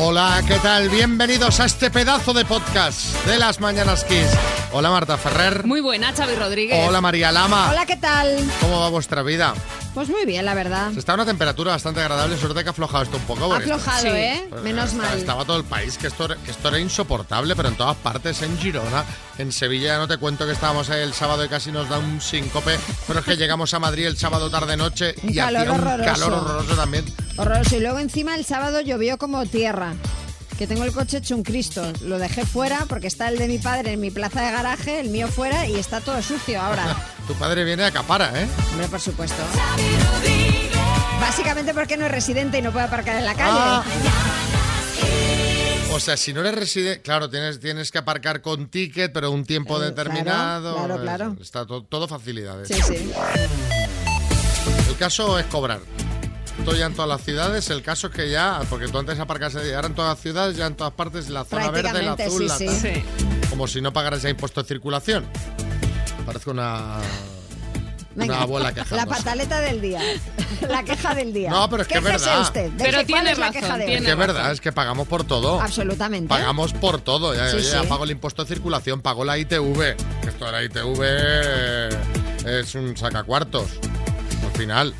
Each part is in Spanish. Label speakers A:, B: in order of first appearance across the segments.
A: Hola, ¿qué tal? Bienvenidos a este pedazo de podcast de las Mañanas Kiss. Hola Marta Ferrer.
B: Muy buena, Xavi Rodríguez.
A: Hola María Lama.
C: Hola, ¿qué tal?
A: ¿Cómo va vuestra vida?
C: Pues muy bien, la verdad.
A: Está a una temperatura bastante agradable, suerte que ha aflojado esto un poco.
C: Ha
A: porque
C: aflojado,
A: esto-
C: ¿eh?
A: esto-
C: Menos
A: esta-
C: mal.
A: Estaba todo el país, que esto, que esto era insoportable, pero en todas partes, en Girona, en Sevilla, no te cuento que estábamos ahí el sábado y casi nos da un síncope, pero es que llegamos a Madrid el sábado tarde-noche
C: Un
A: y
C: calor
A: hacía un
C: horroroso.
A: calor horroroso también.
C: Horroroso. Y luego encima el sábado llovió como tierra. Que tengo el coche hecho un Cristo. Lo dejé fuera porque está el de mi padre en mi plaza de garaje, el mío fuera y está todo sucio ahora.
A: Tu padre viene a capara, ¿eh?
C: Hombre, por supuesto. Básicamente porque no es residente y no puede aparcar en la calle.
A: Ah. O sea, si no eres residente, claro, tienes, tienes que aparcar con ticket, pero un tiempo
C: Eh,
A: determinado.
C: claro, claro,
A: eh,
C: claro.
A: Está to- todo facilidades.
C: Sí, sí.
A: El caso es cobrar. Estoy ya en todas las ciudades, el caso es que ya, porque tú antes aparcas, eh, ahora en todas las ciudades, ya en todas partes, la zona verde, la
C: Prácticamente,
A: azul,
C: sí,
A: la
C: sí.
A: tal.
B: Sí.
A: Como si no pagaras ya impuesto de circulación. Parece una,
C: Venga.
A: una abuela
C: La
A: quejándose.
C: pataleta del día. La queja del día.
A: No, pero es que es
C: Quéjese
A: verdad.
C: usted. Deje
B: Pero
C: cuál
B: tiene
C: es la
B: razón,
C: queja de hoy.
A: Es que es verdad, es que pagamos por todo.
C: Absolutamente.
A: Pagamos por todo. Ya,
C: Sí,
A: oye,
C: sí.
A: ya pago el impuesto de circulación, pago la ITV. que Esto de la ITV eh, es un sacacuartos. Al final.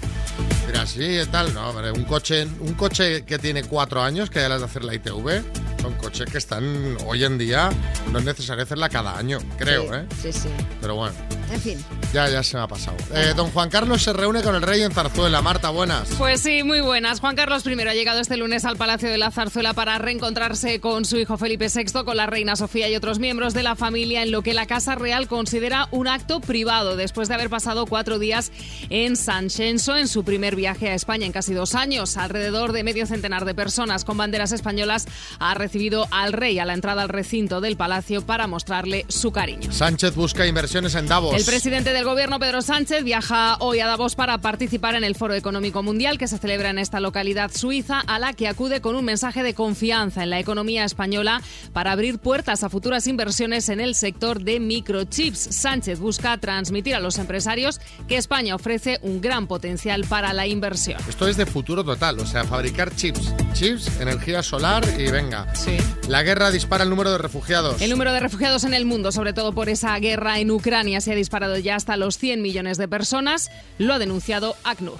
A: Mira, sí, y tal. No, hombre, un coche, un coche que tiene cuatro años, que ya le has de hacer la ITV, son coches que están hoy en día. No es necesario hacerla cada año, creo,
C: Sí,
A: ¿eh?
C: Sí, sí.
A: Pero bueno,
C: En fin.
A: ya, ya se me ha pasado. Eh, don Juan Carlos se reúne con el rey en Zarzuela. Marta, buenas.
B: Pues sí, muy buenas. Juan Carlos I ha llegado este lunes al Palacio de la Zarzuela para reencontrarse con su hijo Felipe VI, con la reina Sofía y otros miembros de la familia en lo que la Casa Real considera un acto privado, después de haber pasado cuatro días en San Censo en su primer viaje a España en casi dos años. Alrededor de medio centenar de personas con banderas españolas ha recibido al rey a la entrada al recinto del palacio para mostrarle su cariño.
A: Sánchez busca inversiones en Davos.
B: El presidente del gobierno, Pedro Sánchez, viaja hoy a Davos para participar en el Foro Económico Mundial que se celebra en esta localidad suiza, a la que acude con un mensaje de confianza en la economía española para abrir puertas a futuras inversiones en el sector de microchips. Sánchez busca transmitir a los empresarios que España ofrece un gran potencial para la inversión.
A: Esto es de futuro total, o sea, fabricar chips, chips, energía solar y venga.
B: Sí.
A: La guerra dispara el número de refugiados.
B: El número de refugiados en el mundo, sobre todo por esa guerra en Ucrania, se ha disparado ya hasta los 100 millones de personas. Lo ha denunciado ACNUR.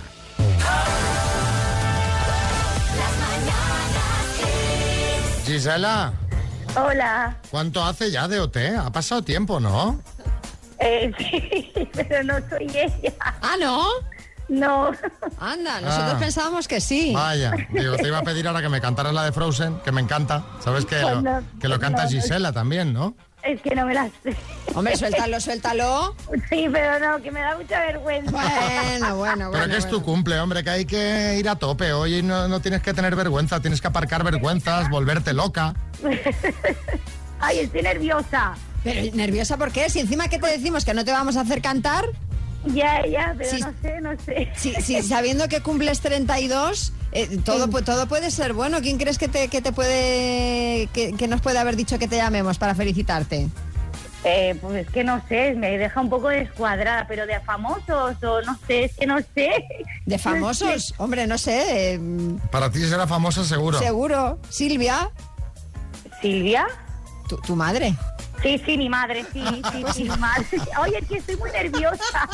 A: Gisela,
D: Hola,
A: ¿cuánto hace ya de OT? Ha pasado tiempo, ¿no?
D: eh, sí, pero no soy ella.
C: Ah, no.
D: No,
C: Anda, nosotros
A: Ah.
C: pensábamos que sí.
A: Vaya, digo, te iba a pedir ahora que me cantaras la de Frozen, que me encanta. Sabes que lo,
D: Hola.
A: que lo canta
D: Hola.
A: Gisela también, ¿no?
D: es que no me las sé.
C: Hombre, suéltalo, suéltalo.
D: Sí, pero no, que me da mucha vergüenza.
C: Bueno, bueno, bueno.
A: Pero que es tu
C: bueno.
A: cumple, hombre, que hay que ir a tope. Hoy no, no tienes que tener vergüenza, tienes que aparcar vergüenzas, volverte loca.
D: Ay, estoy nerviosa.
C: Pero nerviosa, ¿por qué? Si encima que te decimos que no te vamos a hacer cantar,
D: Ya, ya, pero
C: Sí.
D: no sé, no sé.
C: si, si sabiendo que cumples 32, eh, todo, pu- todo puede ser bueno. ¿Quién crees que te, que te puede, que, que nos puede haber dicho que te llamemos para felicitarte?
D: Eh, pues es que no sé, me deja un poco descuadrada, pero de famosos o no sé, es que no sé.
C: ¿De famosos? Hombre, no sé. eh,
A: Para ti será famosa seguro.
C: seguro. Silvia,
D: ¿Silvia?
C: tu, tu madre.
D: Sí, sí, mi madre, sí, sí, sí, mi madre. Oye, es que estoy muy nerviosa.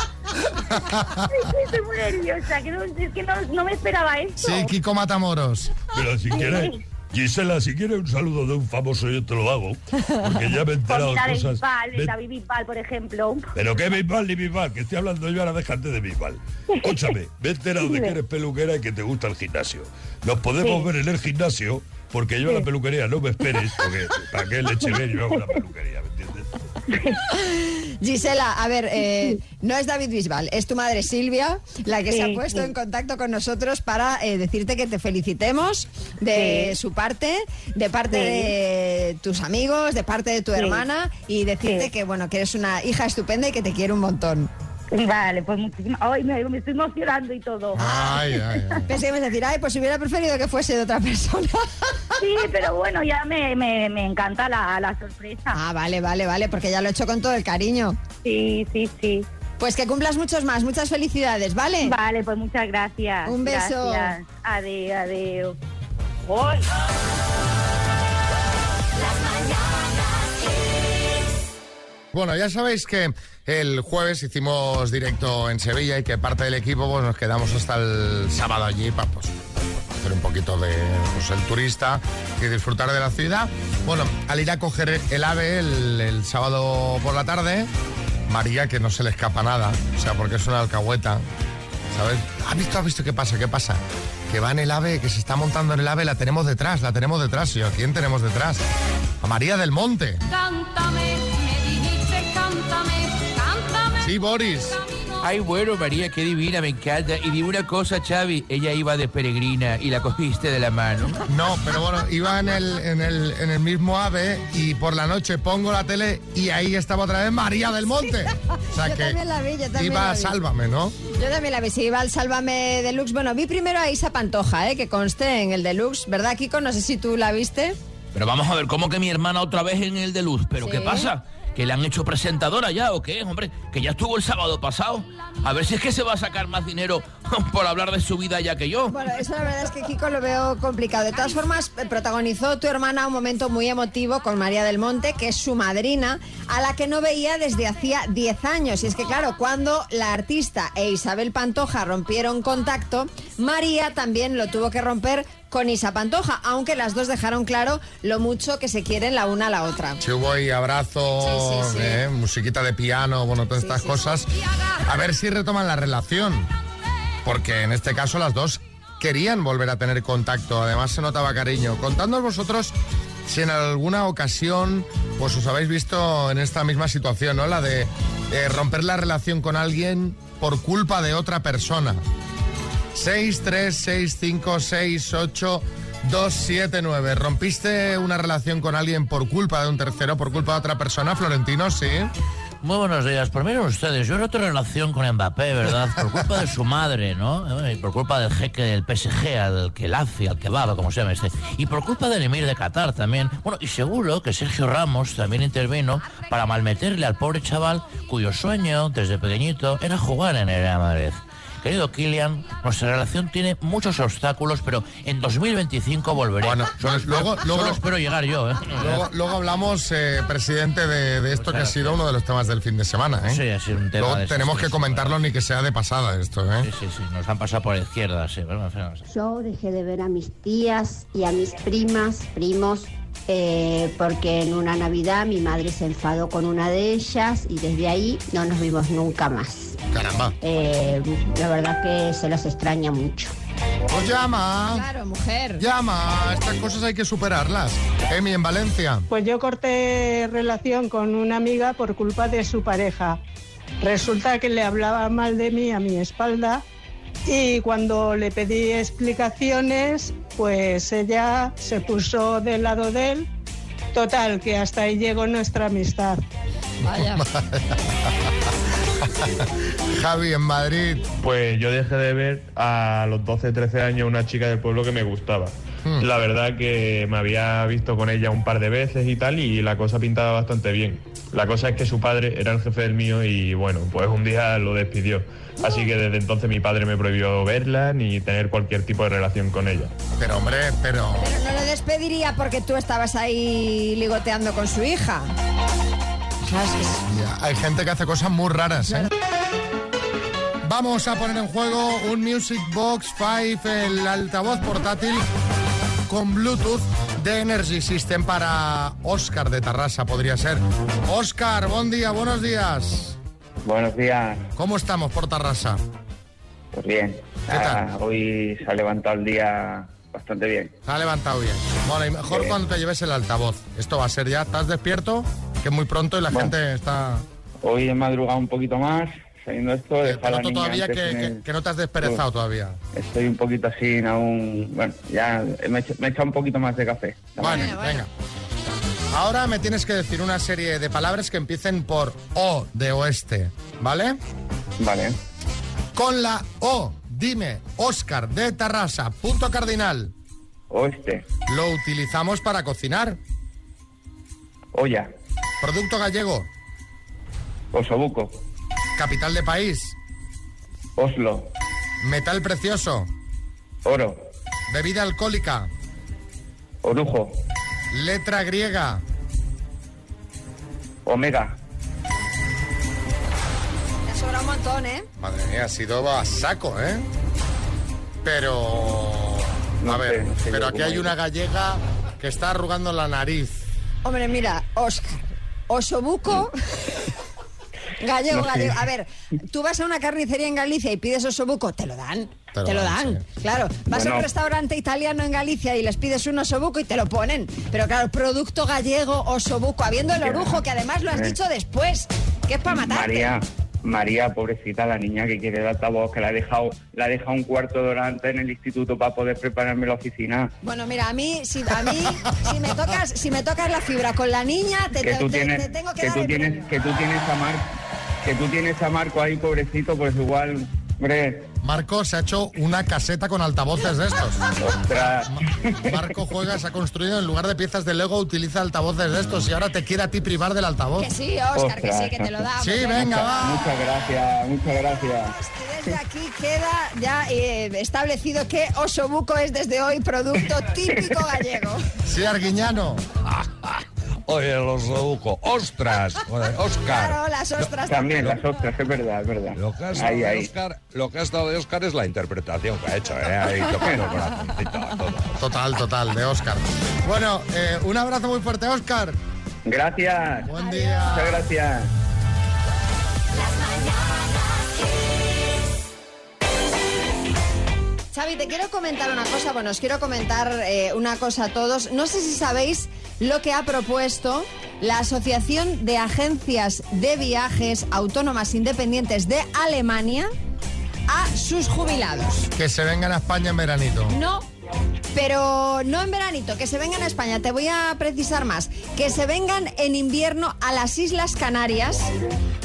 D: Es que estoy muy nerviosa, que no, es que no, no me esperaba esto.
A: Sí, Kiko Matamoros.
E: Pero si quieres, Gisela, si quieres un saludo de un famoso, yo te lo hago. Porque ya me
D: Pues
E: he enterado
D: mira, de
E: cosas.
D: Bisbal, de
E: de-
D: David Bisbal, por ejemplo.
E: Pero qué Bisbal ni Bisbal, que estoy hablando yo ahora déjate de Bisbal. Escúchame, me he enterado de que eres peluquera y que te gusta el gimnasio. Nos podemos
D: Sí.
E: ver en el gimnasio, porque yo a la peluquería no me esperes, porque para qué leche ver yo hago la peluquería, ¿me entiendes?
C: Gisela, a ver, eh, no es David Bisbal, es tu madre Silvia la que se ha
D: Sí,
C: puesto
D: sí.
C: en contacto con nosotros para eh, decirte que te felicitemos de
D: Sí.
C: su parte, de parte
D: Sí.
C: de tus amigos, de parte de tu
D: Sí.
C: hermana y decirte
D: Sí.
C: que bueno que eres una hija estupenda y que te quiero un montón.
D: Vale, pues muchísimas. Ay, me, me estoy emocionando y todo.
A: Ay, ay, ay.
C: Pensé que me ibas a decir, ay, pues hubiera preferido que fuese de otra persona.
D: Sí, pero bueno, ya me, me, me encanta la, la sorpresa.
C: ah, vale, vale, vale, porque ya lo he hecho con todo el cariño.
D: Sí, sí, sí.
C: Pues que cumplas muchos más, muchas felicidades, ¿vale?
D: Vale, pues muchas gracias.
C: Un beso.
D: Gracias. Adiós, adiós. Ay.
A: Bueno, ya sabéis que el jueves hicimos directo en Sevilla y que parte del equipo pues, nos quedamos hasta el sábado allí para pues, hacer un poquito de pues, el turista y disfrutar de la ciudad. Bueno, al ir a coger el AVE el, el sábado por la tarde, María, que no se le escapa nada, o sea, porque es una alcahueta, ¿sabes? ¿Has visto, has visto qué pasa, qué pasa? Que va en el AVE, que se está montando en el AVE, la tenemos detrás, la tenemos detrás, ¿y a quién tenemos detrás? A María del Monte.
F: Cántame, me dijiste, cántame, cántame.
A: Sí, Boris.
G: Ay, bueno, María, qué divina, me encanta. Y di una cosa, Xavi, ella iba de peregrina y la cogiste de la mano.
A: No, pero bueno, iba en el, en el, en el mismo AVE y por la noche pongo la tele y ahí estaba otra vez María del Monte. O sea
C: Yo
A: que
C: también la vi, yo también
A: iba
C: la
A: a
C: vi.
A: Sálvame, ¿no?
C: Yo también la vi, si iba al Sálvame Deluxe. Bueno, vi primero a Isa Pantoja, eh, que conste en el Deluxe, ¿verdad, Kiko? No sé si tú la viste.
G: Pero vamos a ver, ¿cómo que mi hermana otra vez en el de luz? ¿Pero qué
C: Sí.
G: pasa? ¿Que la han hecho presentadora ya o qué, hombre? Que ya estuvo el sábado pasado. A ver si es que se va a sacar más dinero por hablar de su vida ya que yo.
C: Bueno, eso la verdad es que Kiko lo veo complicado. De todas formas, eh, protagonizó tu hermana un momento muy emotivo con María del Monte, que es su madrina, a la que no veía desde hacía 10 años. Y es que, claro, cuando la artista e Isabel Pantoja rompieron contacto, María también lo tuvo que romper con Isa Pantoja, aunque las dos dejaron claro lo mucho que se quieren la una a la otra.
A: Sí, hubo ahí abrazo,
C: Sí, sí, sí.
A: ¿eh? musiquita de piano, bueno, todas
C: Sí,
A: estas
C: sí.
A: cosas. A ver si retoman la relación, porque en este caso las dos querían volver a tener contacto, además se notaba cariño. Contadnos vosotros si en alguna ocasión pues os habéis visto en esta misma situación, ¿no? La de eh, romper la relación con alguien por culpa de otra persona. 636568279. ¿Rompiste una relación con alguien por culpa de un tercero, por culpa de otra persona, Florentino? Sí.
G: Muy buenos días. Por miren ustedes, yo era otra relación con Mbappé, ¿verdad? Por culpa de su madre, ¿no? Y por culpa del jeque del PSG, al que lace, al que baba, como se llama este. Y por culpa del emir de Qatar también. Bueno, y seguro que Sergio Ramos también intervino para malmeterle al pobre chaval cuyo sueño, desde pequeñito, era jugar en el Real Madrid. Querido Kilian, nuestra relación tiene muchos obstáculos, pero en 2025 volveremos.
A: Bueno,
G: solo, espero-
A: luego-
G: solo
A: luego-
G: espero llegar yo, ¿eh?
A: Luego, luego hablamos, eh, presidente, de, de esto que ha
G: Muchas
A: sido uno de los temas del fin de semana. ¿eh?
G: Pues, Sí, ha sido un tema
A: Luego
G: desastroso,
A: tenemos que comentarlo ni que sea de pasada esto. ¿eh?
G: Sí, sí, sí, nos han pasado por la izquierda, sí. bueno, en fin, no sé.
H: Yo dejé de ver a mis tías y a mis primas, primos, eh, porque en una Navidad mi madre se enfadó con una de ellas y desde ahí no nos vimos nunca más.
A: Caramba.
H: Eh, la verdad que se los extraña mucho.
A: Pues llama,
C: Claro, mujer.
A: llama. Estas cosas hay que superarlas. Emi en Valencia.
I: Pues yo corté relación con una amiga por culpa de su pareja. Resulta que le hablaba mal de mí a mi espalda y cuando le pedí explicaciones, pues ella se puso del lado de él. Total, que hasta ahí llegó nuestra amistad.
C: Vaya.
A: Javi en Madrid.
J: Pues yo dejé de ver a los 12, 13 años una chica del pueblo que me gustaba.
A: Hmm.
J: La verdad que me había visto con ella un par de veces y tal y la cosa pintaba bastante bien. La cosa es que su padre era el jefe del mío y bueno, pues un día lo despidió. Así que desde entonces mi padre me prohibió verla ni tener cualquier tipo de relación con ella.
A: Pero hombre, pero...
C: Pero no lo despediría porque tú estabas ahí ligoteando con su hija. O sea, es- es-
A: Ya, hay gente que hace cosas muy raras, ¿eh? Vamos a poner en juego un Music Box 5, el altavoz portátil con Bluetooth de Energy System para Oscar de Tarrasa, podría ser. Oscar, buen día, buenos días.
K: Buenos días,
A: ¿Cómo estamos por Tarrasa?
K: pues bien.
A: tal?
K: Ah, hoy se ha levantado el día bastante bien.
A: Se ha levantado bien. Bueno, y mejor
K: Bien.
A: cuando te lleves el altavoz. Esto va a ser ya, ¿estás despierto? Que es muy pronto y la
K: Bueno.
A: gente está...
K: Hoy he madrugado un poquito más, saliendo esto,
A: Eh,
K: he dejado
A: Te
K: a la
A: noto
K: niña
A: todavía que,
K: antes en el-
A: que- que no te has desperezado todavía.
K: Estoy un poquito así, aún... Bueno, ya me he hecho- me he echado un poquito más de café.
A: Bueno, venga. Ahora me tienes que decir una serie de palabras que empiecen por O de oeste, ¿vale?
K: Vale,
A: Con la O, dime, Oscar de Tarrasa, punto cardinal.
K: oeste,
A: Lo utilizamos para cocinar.
K: olla,
A: Producto gallego,
K: osobuco,
A: capital de país,
K: Oslo,
A: metal precioso,
K: oro,
A: bebida alcohólica,
K: orujo,
A: letra griega,
K: omega,
C: un montón, ¿eh?
A: Madre mía, ha sido a saco, ¿eh? Pero. A ver,
K: sé
A: pero
K: yo
A: aquí
K: cómo
A: hay
K: ir.
A: una gallega que está arrugando la nariz.
C: Hombre, mira, Oscar, osobuco. Gallego,
A: Mm. No sé.
C: gallego. A ver, tú vas a una carnicería en Galicia y pides osobuco, te lo dan.
A: Te
C: Te
A: lo
C: lo,
A: dan,
C: dan, claro. Vas a
A: Bueno.
C: un restaurante italiano en Galicia y les pides un osobuco y te lo ponen. Pero claro, producto gallego, osobuco, habiendo el orujo, que además lo has
K: Eh.
C: dicho después, que es para matarte.
K: María, María, pobrecita, la niña que quiere dar voz, que la ha dejado, la ha dejado un cuarto de hora antes en el instituto para poder prepararme la oficina.
C: Bueno, mira, a mí, si, a mí, si me tocas, si me tocas la fibra con la niña, te,
K: que
C: te-
K: tú
C: te-
K: tienes,
C: te tengo que,
K: que,
C: dar
K: tú
C: el
K: tienes, que tú tienes a Mar, que tú tienes a Marco ahí, pobrecito, pues igual, hombre,
A: Marco se ha hecho una caseta con altavoces de estos.
K: ostras.
A: Ma- Marco juega, se ha construido en lugar de piezas de Lego, utiliza altavoces de estos y ahora te quiere a ti privar del altavoz.
C: Que sí, Óscar, que sí, que te lo damos.
A: Sí,
C: Venga,
A: venga,
C: va.
A: va.
K: Muchas gracias, muchas gracias.
C: Desde aquí queda ya eh, establecido que osobuco es desde hoy producto típico gallego.
A: Sí, Arguiñano.
E: Oye, los reduco. ¡Ostras! Oye, Oscar.
C: Claro, las ostras
K: También las ostras, es verdad, es verdad.
E: Lo que, ha estado
K: Ahí,
E: de
K: ahí.
E: Oscar, lo que ha estado de Oscar es la interpretación que ha hecho, ¿eh? Ahí tocando corazoncito a todo.
A: Total, total, de Oscar. Bueno, eh, un abrazo muy fuerte, Oscar.
K: Gracias.
A: Buen día.
K: Muchas gracias.
C: Xavi, te quiero comentar una cosa, bueno, os quiero comentar eh, una cosa a todos. No sé si sabéis lo que ha propuesto la Asociación de Agencias de Viajes Autónomas Independientes de Alemania a sus jubilados.
A: Que se vengan a España en veranito.
C: No, pero no en veranito, que se vengan a España, te voy a precisar más, que se vengan en invierno a las Islas Canarias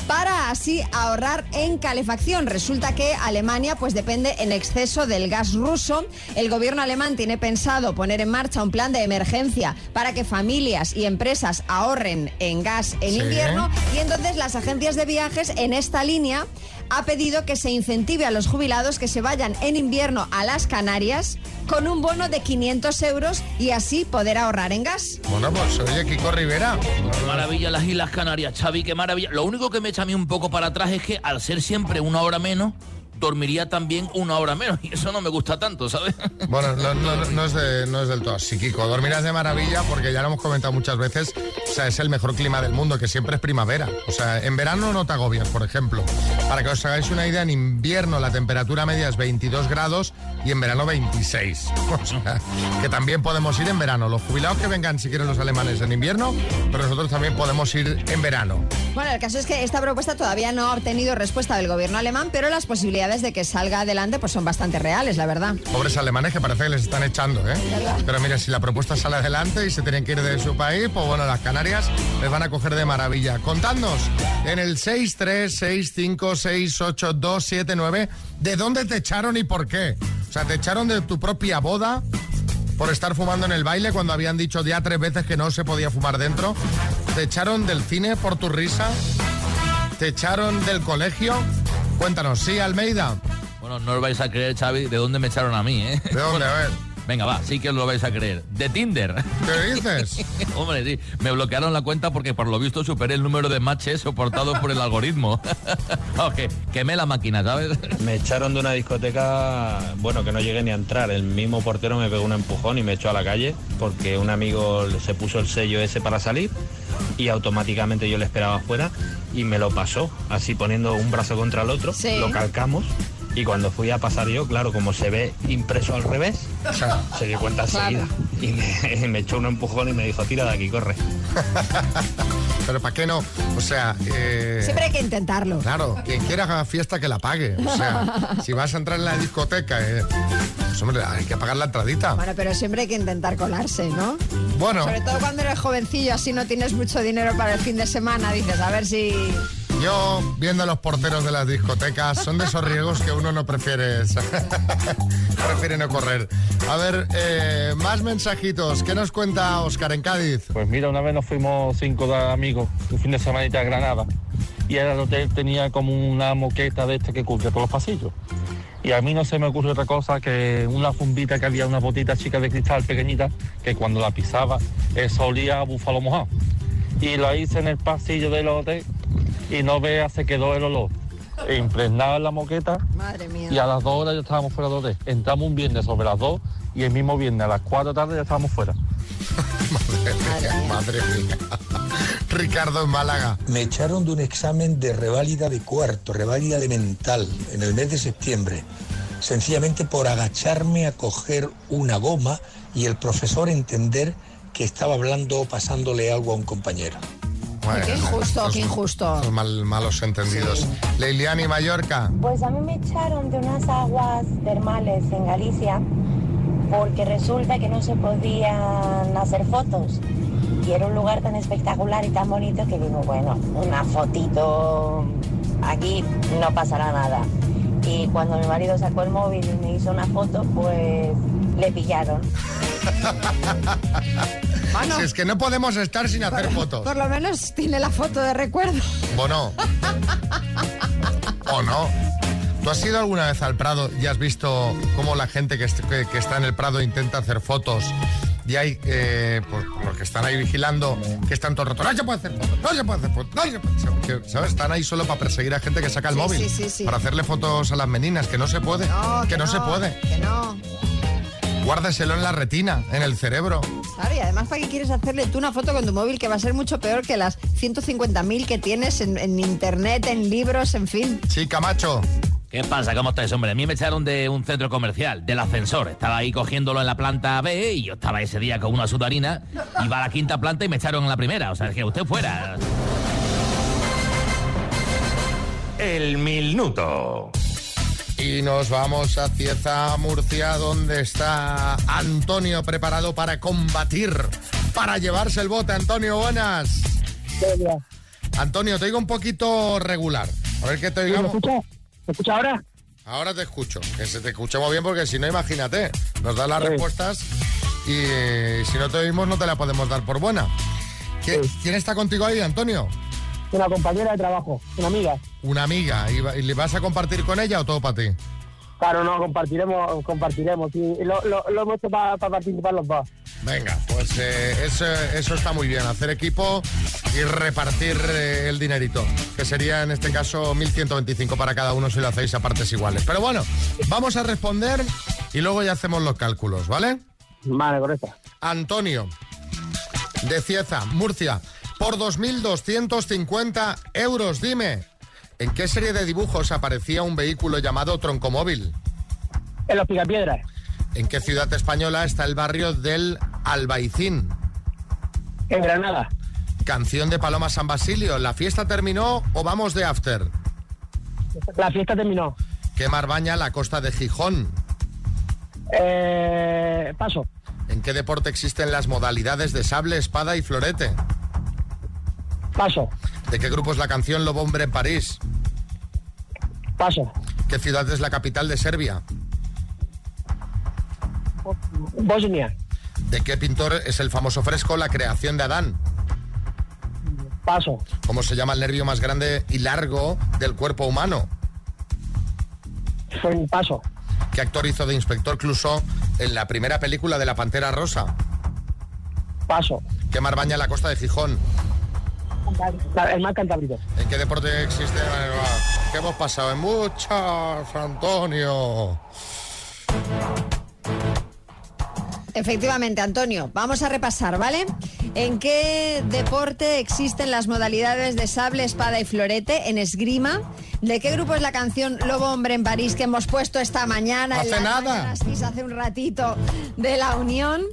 C: para así ahorrar en calefacción. Resulta que Alemania pues depende en exceso del gas ruso. El gobierno alemán tiene pensado poner en marcha un plan de emergencia para que familias y empresas ahorren en gas en
L: Sí.
C: invierno y entonces las agencias de viajes en esta línea ha pedido que se incentive a los jubilados que se vayan en invierno a las Canarias con un bono de 500 euros y así poder ahorrar en gas.
A: Bueno, pues oye, Kiko Rivera.
G: Qué maravilla las Islas Canarias, Xavi, qué maravilla. Lo único que me echa a mí un poco para atrás es que al ser siempre una hora menos, dormiría también una hora menos. Y eso no me gusta tanto, ¿sabes?
A: Bueno, no, no- no es de- no es del todo así, Kiko. Dormirás de maravilla porque ya lo hemos comentado muchas veces. O sea, es el mejor clima del mundo, que siempre es primavera. O sea, en verano no te agobias, por ejemplo. Para que os hagáis una idea, en invierno la temperatura media es 22 grados y en verano 26. O sea, que también podemos ir en verano. Los jubilados que vengan, si quieren los alemanes, en invierno, pero nosotros también podemos ir en verano.
C: Bueno, el caso es que esta propuesta todavía no ha obtenido respuesta del gobierno alemán, pero las posibilidades de que salga adelante pues son bastante reales, la verdad.
A: Pobres alemanes que parece que les están echando, ¿eh? Pero mira, si la propuesta sale adelante y se tienen que ir de su país, pues bueno, las Canarias les van a coger de maravilla. Contadnos en el 636568279 de dónde te echaron y por qué. O sea, te echaron de tu propia boda por estar fumando en el baile cuando habían dicho ya tres veces que no se podía fumar dentro. Te echaron del cine por tu risa. Te echaron del colegio. Cuéntanos, sí, Almeida.
G: Bueno, no lo vais a creer, Xavi, de dónde me echaron a mí, ¿eh?
A: ¿De dónde? A ver.
G: Venga, va, sí que lo vais a creer. De Tinder.
A: ¿Qué dices?
G: Hombre, sí, me bloquearon la cuenta porque por lo visto superé el número de matches soportados por el algoritmo. ok, quemé la máquina, ¿sabes?
M: Me echaron de una discoteca, bueno, que no llegué ni a entrar. El mismo portero me pegó un empujón y me echó a la calle porque un amigo se puso el sello ese para salir y automáticamente yo le esperaba afuera y me lo pasó, así poniendo un brazo contra el otro,
C: Sí.
M: lo calcamos y cuando fui a pasar yo, claro, como se ve impreso al revés, se dio cuenta
C: Claro.
M: enseguida y me, me echó un empujón y me dijo, tira de aquí, corre.
A: Pero ¿para qué no? O sea, eh,
C: Siempre hay que intentarlo.
A: claro, quien quiera haga fiesta que la pague. O sea, si vas a entrar en la discoteca, eh, pues hombre, hay que pagar la entradita.
C: Bueno, pero siempre hay que intentar colarse, ¿no?
A: Bueno.
C: Sobre todo cuando eres jovencillo, así no tienes mucho dinero para el fin de semana, dices, a ver si...
A: Yo, viendo a los porteros de las discotecas, son de esos riesgos que uno no prefiere, prefiere no correr. A ver, eh, más mensajitos. ¿Qué nos cuenta Oscar en Cádiz?
N: Pues mira, una vez nos fuimos cinco de amigos, un fin de semanita a Granada, y el hotel tenía como una moqueta de esta que cubría todos los pasillos. Y a mí no se me ocurre otra cosa que una fundita que había, una botita chica de cristal pequeñita, que cuando la pisaba, eso olía a búfalo mojado. Y la hice en el pasillo del hotel, y no vea, se quedó el olor. impregnada en la moqueta
C: Madre mía.
N: y a las 2 horas ya estábamos fuera de hotel. Entramos un viernes sobre las 2 y el mismo viernes a las 4 de la tarde ya estábamos fuera.
A: Madre mía. Ricardo en Málaga.
L: Me echaron de un examen de reválida de cuarto, reválida de mental, en el mes de septiembre, sencillamente por agacharme a coger una goma y el profesor entender que estaba hablando o pasándole algo a un compañero.
C: qué injusto, qué injusto.
A: Los mal- malos entendidos. Leiliani Mallorca.
O: Pues a mí me echaron de unas aguas termales en Galicia porque resulta que no se podían hacer fotos. Y era un lugar tan espectacular y tan bonito que digo, bueno, una fotito aquí no pasará nada. Y cuando mi marido sacó el móvil y me hizo una foto, pues le pillaron.
C: Ah,
A: Si es que no podemos estar sin hacer fotos.
C: Por lo menos tiene la foto de recuerdo.
A: Bueno. ¿O no? ¿Tú has ido alguna vez al Prado y has visto cómo la gente que, est- que- que está en el Prado intenta hacer fotos? Y hay, eh, pues, los que están ahí vigilando, que están todo el rato, no se puede hacer fotos, no se puede hacer fotos, no se puede hacer fotos", que, ¿Sabes? Están ahí solo para perseguir a gente que saca el
C: Sí,
A: móvil.
C: sí, sí, sí.
A: Para hacerle fotos a las meninas, que no se puede. que, no, se puede.
C: Que no.
A: Guárdaselo en la retina, en el cerebro.
C: Claro, y además, ¿para qué quieres hacerle tú una foto con tu móvil que va a ser mucho peor que las 150.000 que tienes en, en internet, en libros, en fin?
A: Sí, Camacho.
G: ¿Qué pasa? ¿Cómo estáis, hombre? A mí me echaron de un centro comercial, del ascensor. Estaba ahí cogiéndolo en la planta B y yo estaba ese día con una sudarina. Iba a la quinta planta y me echaron en la primera. O sea, es que usted fuera.
A: El minuto. Y nos vamos a Cieza, Murcia, donde está Antonio preparado para combatir, para llevarse el bote. Antonio, buenas. Antonio, te oigo un poquito regular. A ver qué te oigo. ¿Me escuchas? ahora? Ahora te escucho. Que se te escuchemos bien porque si no, imagínate, nos das las
P: Sí.
A: respuestas y eh, si no te oímos no te la podemos dar por buena. ¿Qui- ¿Quién está contigo ahí, Antonio?
P: Una compañera de trabajo, una amiga.
A: Una amiga. ¿Y, va- y le vas a compartir con ella o todo para ti?
P: Claro, no, compartiremos, compartiremos. sí. Lo, lo- lo hemos hecho para participar los dos.
A: Venga, pues eh, eso, eso está muy bien, hacer equipo y repartir eh, el dinerito, que sería en este caso 1.125 para cada uno si lo hacéis a partes iguales. Pero bueno, vamos a responder y luego ya hacemos los cálculos, ¿vale? Vale, correcto. Antonio, de Cieza, Murcia, por 2.250 euros, dime, ¿en qué serie de dibujos aparecía un vehículo llamado troncomóvil? En los Picapiedras. ¿En qué ciudad española está el barrio del Albaicín? En Granada. Canción de Paloma San Basilio, ¿la fiesta terminó o vamos de after? La fiesta terminó. ¿Qué mar baña la costa de Gijón? Eh, paso. ¿En qué deporte existen las modalidades de sable, espada y florete? Paso. ¿De qué grupo es la canción Lobo Hombre en París? Paso. ¿Qué ciudad es la capital de Serbia? Bosnia. ¿De qué pintor es el famoso fresco La creación de Adán? Paso. ¿Cómo se llama el nervio más grande y largo del cuerpo humano? Paso. ¿Qué actor hizo de inspector Clouseau en la primera película de La Pantera Rosa? Paso. ¿Qué mar baña la costa de Gijón?
P: El más cantábrico.
A: ¿En qué deporte existe? Vale, va. ¿Qué hemos pasado? En muchas, Antonio.
C: Efectivamente, Antonio, vamos a repasar, ¿vale? ¿En qué deporte existen las modalidades de sable, espada y florete? En esgrima. ¿De qué grupo es la canción Lobo Hombre en París que hemos puesto esta mañana? en
Q: Hace
C: las
Q: nada.
C: mañanas Kiss hace un ratito de la Unión.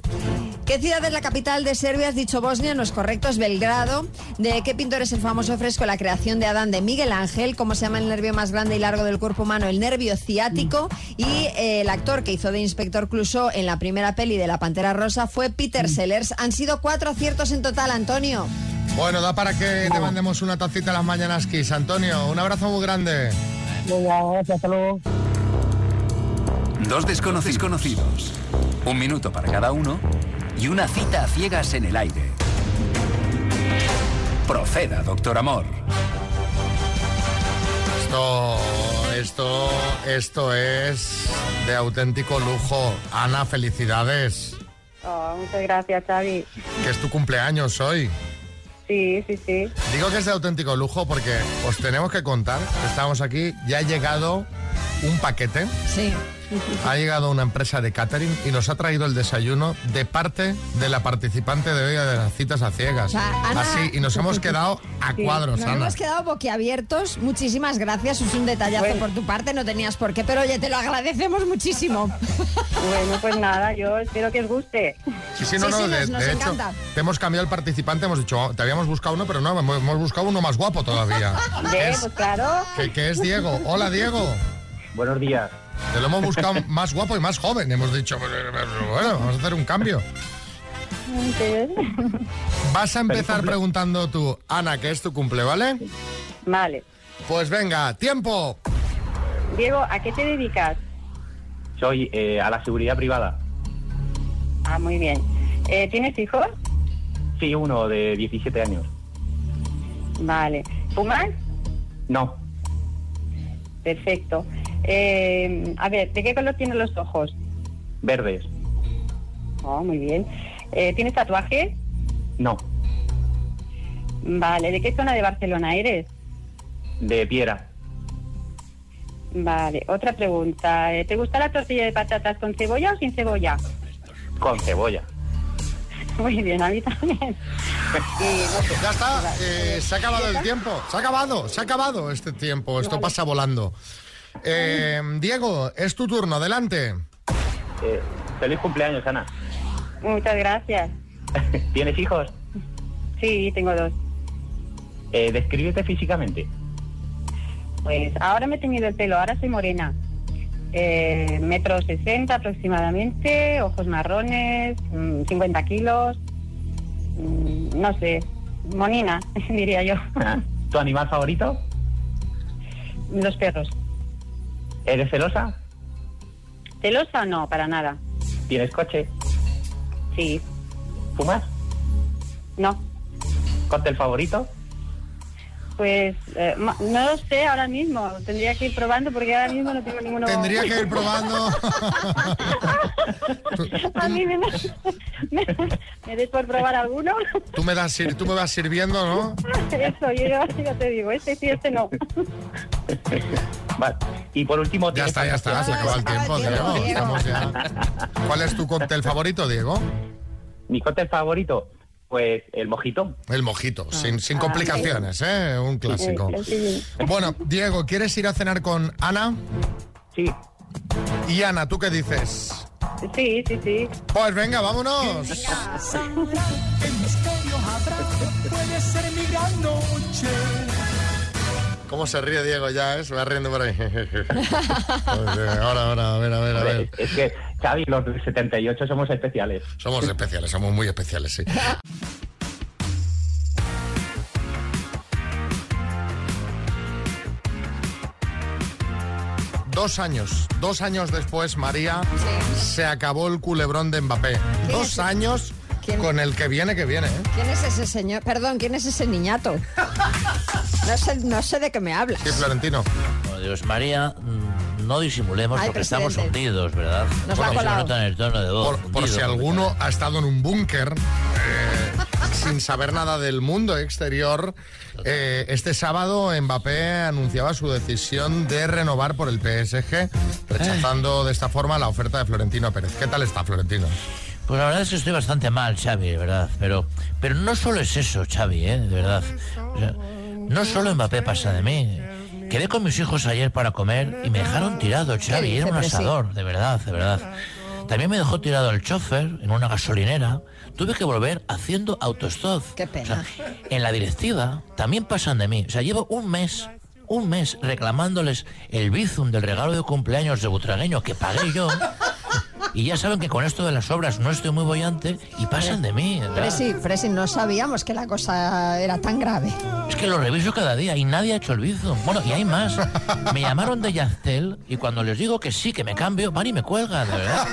C: ¿Qué ciudad es la capital de Serbia? Has dicho Bosnia, no es correcto, es Belgrado. ¿De qué pintor es el famoso fresco La creación de Adán de Miguel Ángel? ¿Cómo se llama el nervio más grande y largo del cuerpo humano? El nervio ciático. Y eh, el actor que hizo de Inspector Clouseau en la primera peli de La Pantera Rosa fue Peter Sellers. Han sido cuatro aciertos en total, Antonio.
A: Bueno, da para que te mandemos una tacita a las mañanas, Kiss. Antonio, un abrazo muy grande. hasta luego.
R: Dos desconocidos conocidos. Un minuto para cada uno y una cita a ciegas en el aire. Proceda, doctor amor.
A: Esto, esto, esto es de auténtico lujo. Ana, felicidades.
S: Oh, muchas gracias, Xavi.
A: Que es tu cumpleaños hoy.
Q: Sí, sí, sí.
A: Digo que es de auténtico lujo porque os tenemos que contar que estamos aquí, ya ha llegado un paquete.
C: Sí.
A: Ha llegado una empresa de catering y nos ha traído el desayuno de parte de la participante de hoy de las citas a ciegas.
C: O sea, Ana-
A: Así, y nos hemos quedado a
C: Sí.
A: cuadros,
C: Nos
A: Ana.
C: hemos quedado boquiabiertos. Muchísimas gracias. Es un detallazo por tu parte. No tenías por qué, pero oye, te lo agradecemos muchísimo.
Q: Bueno, pues nada, yo espero que os guste.
A: Sí, sí, no, no, de, de hecho, te hemos cambiado el participante, hemos dicho, "Oh, te habíamos buscado uno, pero no, hemos hemos buscado uno más guapo todavía.
Q: Ve,
A: Que es,
Q: pues claro.
A: que- que es Diego. Hola, Diego.
S: Buenos días.
A: Te lo hemos buscado más guapo y más joven. Hemos dicho, bueno, vamos a hacer un cambio. Vas a empezar preguntando tú, Ana, que es tu cumple, ¿vale?
Q: Vale.
A: Pues venga, tiempo.
Q: Diego, ¿a qué te dedicas?
S: Soy eh, a la seguridad privada.
Q: Ah, muy bien. Eh, ¿Tienes hijos?
S: Sí, uno de 17 años.
Q: Vale. ¿Fumas?
S: No,
Q: Perfecto. Eh, a ver, ¿de qué color tienen los ojos?
S: verdes.
Q: Oh, muy bien. Eh, ¿Tienes tatuaje?
S: No,
Q: Vale. ¿De qué zona de Barcelona eres?
S: de piedra.
Q: Vale. Otra pregunta. Eh, ¿Te gusta la tortilla de patatas con cebolla o sin cebolla?
S: Con cebolla.
Q: Muy bien, a mí también.
A: Ya está, eh, se ha acabado el tiempo. Se ha acabado, se ha acabado este tiempo. Esto pasa volando. Eh, Diego, es tu turno, adelante.
S: Eh, feliz cumpleaños, Ana.
Q: Muchas gracias.
S: ¿Tienes hijos?
Q: Sí, tengo dos.
S: Eh, descríbete físicamente.
Q: Pues ahora me he teñido el pelo, ahora soy morena. Eh, metro sesenta aproximadamente, ojos marrones, mm, 50 kilos, mm, no sé, monina, diría yo.
A: Ah.
S: ¿Tu animal favorito?
Q: Los perros.
S: ¿Eres celosa?
Q: ¿Celosa? No, para nada.
S: ¿Tienes coche?
Q: Sí,
S: ¿Fumas?
Q: no.
S: ¿Cóctel favorito?
Q: Pues eh, ma- no lo sé ahora mismo, tendría que ir probando porque ahora mismo no tengo ninguno.
A: Tendría que ir probando.
Q: A mí me, me, me des por probar alguno.
A: Tú me, das, sir- tú me vas sirviendo, ¿no?
Q: Eso, yo ya te digo, este sí, este no.
S: Vale. Y por último...
A: Ya está, ya está, se acabó el tiempo, Diego. Estamos ya. ¿Cuál es tu cóctel favorito, Diego?
S: ¿Mi cóctel favorito? Pues el mojito.
A: El mojito, sin, sin complicaciones, ¿eh? Un clásico. Bueno, Diego, ¿quieres ir a cenar con Ana?
S: Sí.
A: Y Ana, ¿tú qué dices?
Q: Sí, sí, sí.
A: Pues venga, vámonos.
F: El misterio habrá, puede ser mi gran noche.
A: ¿Cómo se ríe Diego ya, eh? Se va riendo por ahí. Joder, ahora, ahora, a ver, a ver, a ver.
S: Es que, Xavi, los del 78 somos especiales.
A: Somos especiales, somos muy especiales, sí. Dos años, dos años después, María, se acabó el culebrón de Mbappé. Dos años con el que viene, que viene, ¿eh?
C: ¿Quién es ese señor? Perdón, ¿quién es ese niñato? No sé, no sé de qué me hablas.
A: Sí, Florentino.
G: Bueno, Dios María, mm, no disimulemos
C: Ay,
G: porque estamos
C: presidente.
G: hundidos, ¿verdad?
C: Nos la ha
G: Porque se
C: colado.
G: nota en el tono de voz.
A: Por, por si alguno ha estado en un búnker eh, sin saber nada del mundo exterior, eh, este sábado Mbappé anunciaba su decisión de renovar por el PSG, rechazando de esta forma la oferta de Florentino Pérez. ¿Qué tal está Florentino?
G: Pues la verdad es que estoy bastante mal, Xavi, de ¿verdad? Pero, pero no solo es eso, Xavi, ¿eh? De verdad. O sea, no solo Mbappé pasa de mí. Quedé con mis hijos ayer para comer y me dejaron tirado, Xavi.
T: dice,
G: Era un
T: pero sí?
G: asador, de verdad, de verdad. También me dejó tirado el chofer en una gasolinera. Tuve que volver haciendo autostop. Qué pena. en la directiva también pasan de mí. O sea, llevo un mes, un mes reclamándoles el bizum del regalo de cumpleaños de Butragueño que pagué yo. Y ya saben que con esto de las obras no estoy muy bollante y pasan de mí. ¿verdad?
C: Presi, Presi, no sabíamos que la cosa era tan grave.
G: Es que lo reviso cada día y nadie ha hecho el bizum. Bueno, y hay más. Me llamaron de Yastel y cuando les digo que sí, que me cambio, van y me cuelgan, de verdad.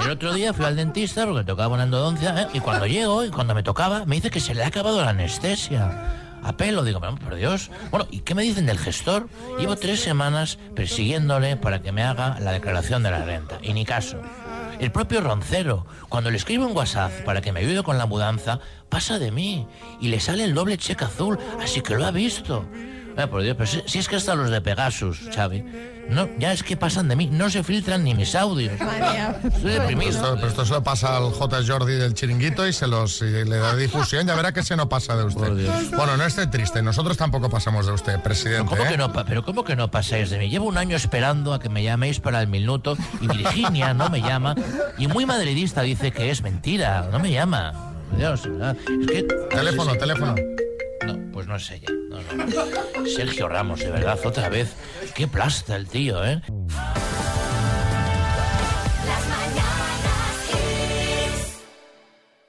G: El otro día fui al dentista porque tocaba una endodoncia ¿eh? y cuando llego y cuando me tocaba me dice que se le ha acabado la anestesia. A pelo, digo, "Pero, por Dios. Bueno, ¿y qué me dicen del gestor? Llevo tres semanas persiguiéndole para que me haga la declaración de la renta y ni caso. El propio Roncero, cuando le escribo un WhatsApp para que me ayude con la mudanza, pasa de mí y le sale el doble cheque azul, así que lo ha visto. Ay, por Dios, pero si, si es que hasta los de Pegasus, Xavi, no, ya es que pasan de mí, no se filtran ni mis audios. Estoy
A: Pero
G: deprimido.
A: Pues esto, pero esto se lo pasa al J. Jordi del chiringuito y se los y le da difusión. Ya verá que se no pasa de usted. Bueno, no esté triste. Nosotros tampoco pasamos de usted, presidente.
G: ¿Cómo
A: ¿eh?
G: que no, pa- pero ¿cómo que no pasáis de mí? Llevo un año esperando a que me llaméis para el minuto y Virginia no me llama y muy madridista dice que es mentira, no me llama. Dios, ¿verdad? es que...
A: Teléfono, teléfono.
G: No, pues no sé ya. No, no. Sergio Ramos, de verdad, otra vez. Qué plasta el tío, ¿eh?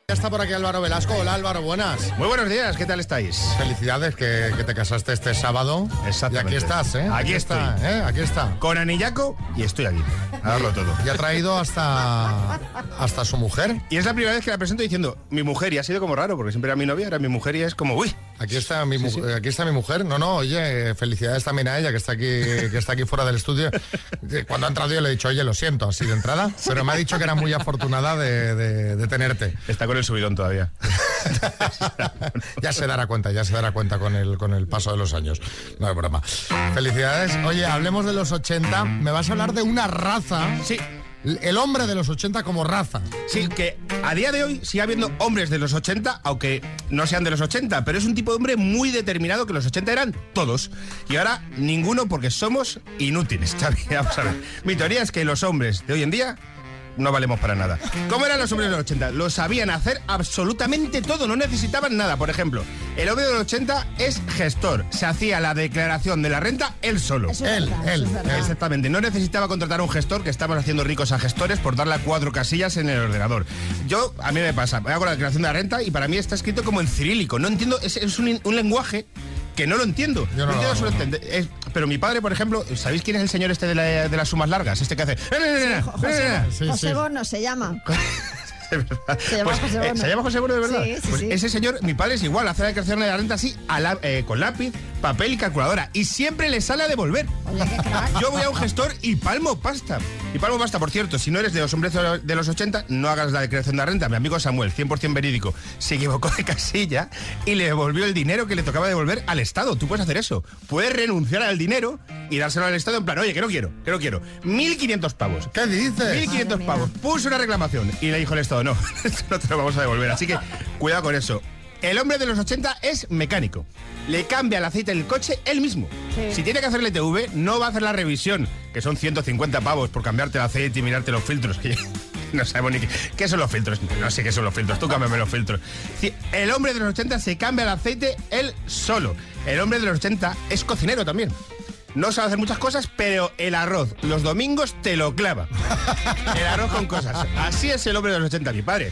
A: Ya está por aquí Álvaro Velasco. Hola Álvaro, buenas.
T: Muy buenos días, ¿qué tal estáis?
A: Felicidades que, que te casaste este sábado.
T: Exactamente.
A: Y aquí estás, ¿eh?
T: Aquí
A: está,
T: estoy.
A: ¿eh? Aquí está.
T: Con anillaco y estoy aquí. A darlo todo.
A: Y ha traído hasta, hasta su mujer.
T: Y es la primera vez que la presento diciendo mi mujer, y ha sido como raro, porque siempre era mi novia, era mi mujer y es como, uy.
A: Aquí está mi, mu- eh, aquí está mi mujer. No, no, oye, eh, felicidades también a ella que está aquí, que está aquí fuera del estudio. Eh, Cuando ha entrado yo le he dicho, oye, lo siento, así de entrada, pero me ha dicho que era muy afortunada de, de- de tenerte.
T: Está con el subidón todavía.
A: ya se dará cuenta, ya se dará cuenta con el, con el paso de los años. No es broma. Felicidades. Oye, hablemos de los 80. Me vas a hablar de una raza.
T: Sí.
A: El hombre de los 80 como raza.
T: Sí, que a día de hoy sigue habiendo hombres de los 80, aunque no sean de los 80, pero es un tipo de hombre muy determinado que los 80 eran todos. Y ahora ninguno porque somos inútiles, Xavi. Vamos a ver. Mi teoría es que los hombres de hoy en día no valemos para nada. ¿Cómo eran los hombres de los 80? Lo sabían hacer absolutamente todo, no necesitaban nada. Por ejemplo, el hombre de los 80 es gestor. Se hacía la declaración de la renta él solo.
A: Eso es Él, verdad, él, eso es verdad. él.
T: Exactamente, no necesitaba contratar a un gestor que estamos haciendo ricos a gestores por darle a cuatro casillas en el ordenador. Yo, a mí me pasa, hago la declaración de la renta y para mí está escrito como en cirílico. No entiendo, es, es un, un lenguaje que no lo entiendo.
A: Yo no lo
T: entiendo
A: hago,
T: su
A: no.
T: entende- es- pero mi padre, por ejemplo, ¿sabéis quién es el señor este de, la- de las sumas largas? Este que hace...
C: José, José Bono se llama. Se llama
T: Pues,
C: José
T: eh,
C: Bono.
T: ¿Se llama José Bono de verdad?
C: Sí, sí,
T: Pues
C: sí.
T: ese señor, mi padre es igual, hace la declaración de la renta así, a la- eh, con lápiz, papel y calculadora. Y siempre le sale a devolver. Yo voy a un gestor y palmo pasta. Y palmo pasta, por cierto, si no eres de los hombres de los 80, no hagas la declaración de la renta. Mi amigo Samuel, 100% verídico, se equivocó de casilla y le devolvió el dinero que le tocaba devolver al Estado. Tú puedes hacer eso. Puedes renunciar al dinero y dárselo al Estado en plan, oye, que no quiero, que no quiero. 1.500 pavos.
A: ¿Qué dices?
T: 1.500 pavos. Puso una reclamación y le dijo el Estado, no, esto no te lo vamos a devolver. Así que cuidado con eso. El hombre de los 80 es mecánico. Le cambia el aceite del coche él mismo.
U: Sí.
T: Si tiene que hacer el ETV, no va a hacer la revisión, que son 150 pavos por cambiarte el aceite y mirarte los filtros. que No sabemos ni qué, qué son los filtros. No sé qué son los filtros. Tú cámbiame los filtros. Si El hombre de los 80 se cambia el aceite él solo. El hombre de los 80 es cocinero también. No sabe hacer muchas cosas, pero el arroz los domingos te lo clava. El arroz con cosas. Así es el hombre de los 80, mi padre.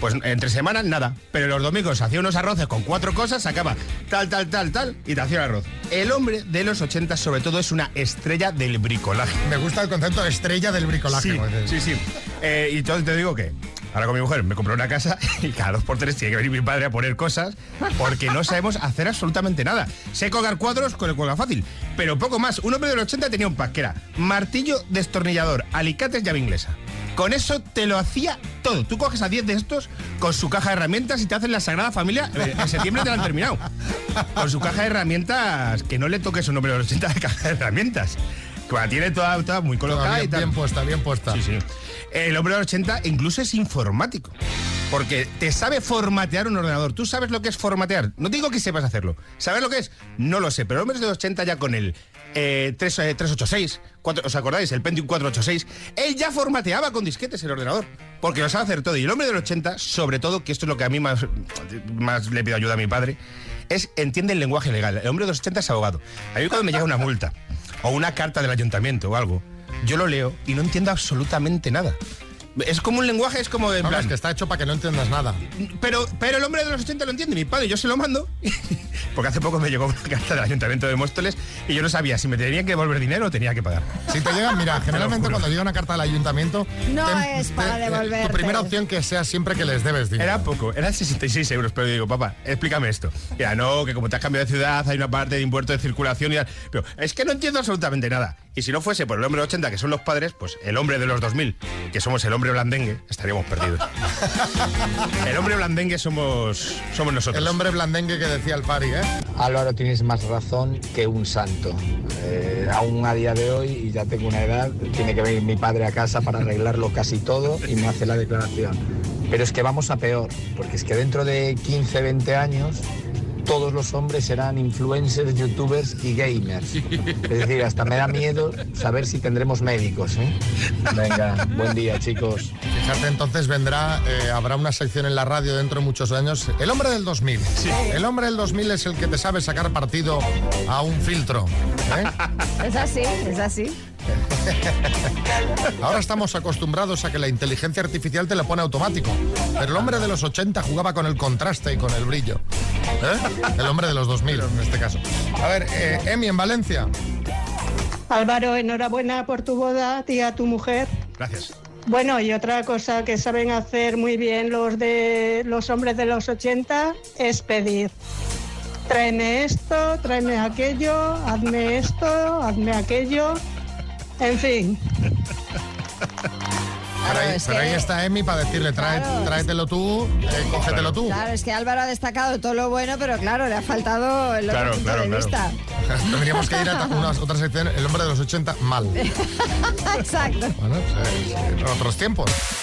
T: Pues entre semanas nada, pero los domingos hacía unos arroces con cuatro cosas, sacaba tal, tal, tal, tal y te hacía el arroz. El hombre de los 80 sobre todo es una estrella del bricolaje.
A: Me gusta el concepto de estrella del bricolaje.
T: Sí,
A: como dices.
T: sí, sí. Eh, y yo te digo que ahora con mi mujer me compró una casa y cada dos por tres tiene que venir mi padre a poner cosas porque no sabemos hacer absolutamente nada. Sé colgar cuadros con el cuelga fácil, pero poco más. Un hombre del 80 tenía un pack que era martillo, destornillador, alicates, llave inglesa. Con eso te lo hacía todo. Tú coges a 10 de estos con su caja de herramientas y te hacen la Sagrada Familia. Eh, En septiembre te la han terminado. Con su caja de herramientas, que no le toques un hombre de los 80 de caja de herramientas. Que la tiene toda, toda muy colocada
A: Todavía
T: y tal.
A: bien puesta, bien puesta.
T: Sí, sí. El hombre de los 80 incluso es informático. Porque te sabe formatear un ordenador. Tú sabes lo que es formatear. No te digo que sepas hacerlo. ¿Sabes lo que es? No lo sé. Pero el hombre de los 80 ya con el eh, 3, eh, 386, cuatro- ¿os acordáis? El Pentium 486. Él ya formateaba con disquetes el ordenador. Porque lo sabe hacer todo. Y el hombre del 80, sobre todo, que esto es lo que a mí más, más le pido ayuda a mi padre, es entiende el lenguaje legal. El hombre de los 80 es abogado. A mí cuando me llega una multa o una carta del ayuntamiento o algo, yo lo leo y no entiendo absolutamente nada. Es como un lenguaje, es como de...
A: es que está hecho para que no entiendas nada.
T: Pero, pero el hombre de los 80 lo entiende, mi padre, yo se lo mando. Porque hace poco me llegó una carta del ayuntamiento de Móstoles y yo no sabía si me tenía que devolver dinero o tenía que pagar.
A: Si te llega, mira, generalmente cuando llega una carta del ayuntamiento...
C: No
A: em-
C: es para
A: eh,
C: devolverte.
A: Tu primera opción que sea siempre que les debes dinero.
T: Era poco, eran 66 euros, pero yo digo, papá, explícame esto. Ya no, que como te has cambiado de ciudad, hay una parte de impuesto de circulación y tal. Pero es que no entiendo absolutamente nada. Y si no fuese por el hombre de 80, que son los padres, pues el hombre de los 2000, que somos el hombre blandengue, estaríamos perdidos. El hombre blandengue somos, somos nosotros.
A: El hombre blandengue que decía el pari, ¿eh?
U: Álvaro, tienes más razón que un santo. Eh, aún a día de hoy, y ya tengo una edad, tiene que venir mi padre a casa para arreglarlo casi todo y me hace la declaración. Pero es que vamos a peor, porque es que dentro de 15, 20 años todos los hombres serán influencers, youtubers y gamers. Es decir, hasta me da miedo saber si tendremos médicos. ¿eh? Venga, buen día, chicos.
A: Fíjate, entonces vendrá, eh, habrá una sección en la radio dentro de muchos años. El hombre del 2000. El hombre del 2000 es el que te sabe sacar partido a un filtro. ¿eh?
C: Es así, es así.
A: Ahora estamos acostumbrados a que la inteligencia artificial te lo pone automático. Pero el hombre de los 80 jugaba con el contraste y con el brillo. ¿Eh? El hombre de los 2000, en este caso. A ver, eh, Emi, en Valencia.
I: Álvaro, enhorabuena por tu boda, tía, tu mujer.
T: Gracias.
I: Bueno, y otra cosa que saben hacer muy bien los de los hombres de los 80 es pedir. Tráeme esto, tráeme aquello, hazme esto, hazme aquello. En fin,
A: pero, ahí,
C: es
A: pero
C: que-
A: ahí está Emi para decirle, trae-
C: Claro.
A: tráetelo tú, eh, cógetelo tú.
C: Claro, es que Álvaro ha destacado todo lo bueno, pero claro, le ha faltado el otro
A: Claro,
C: punto
A: claro,
C: de
A: claro.
C: vista.
A: Tendríamos que ir a ta- una, otra sección, el hombre de los 80, mal.
C: Exacto.
A: Bueno, pues, eh, otros tiempos.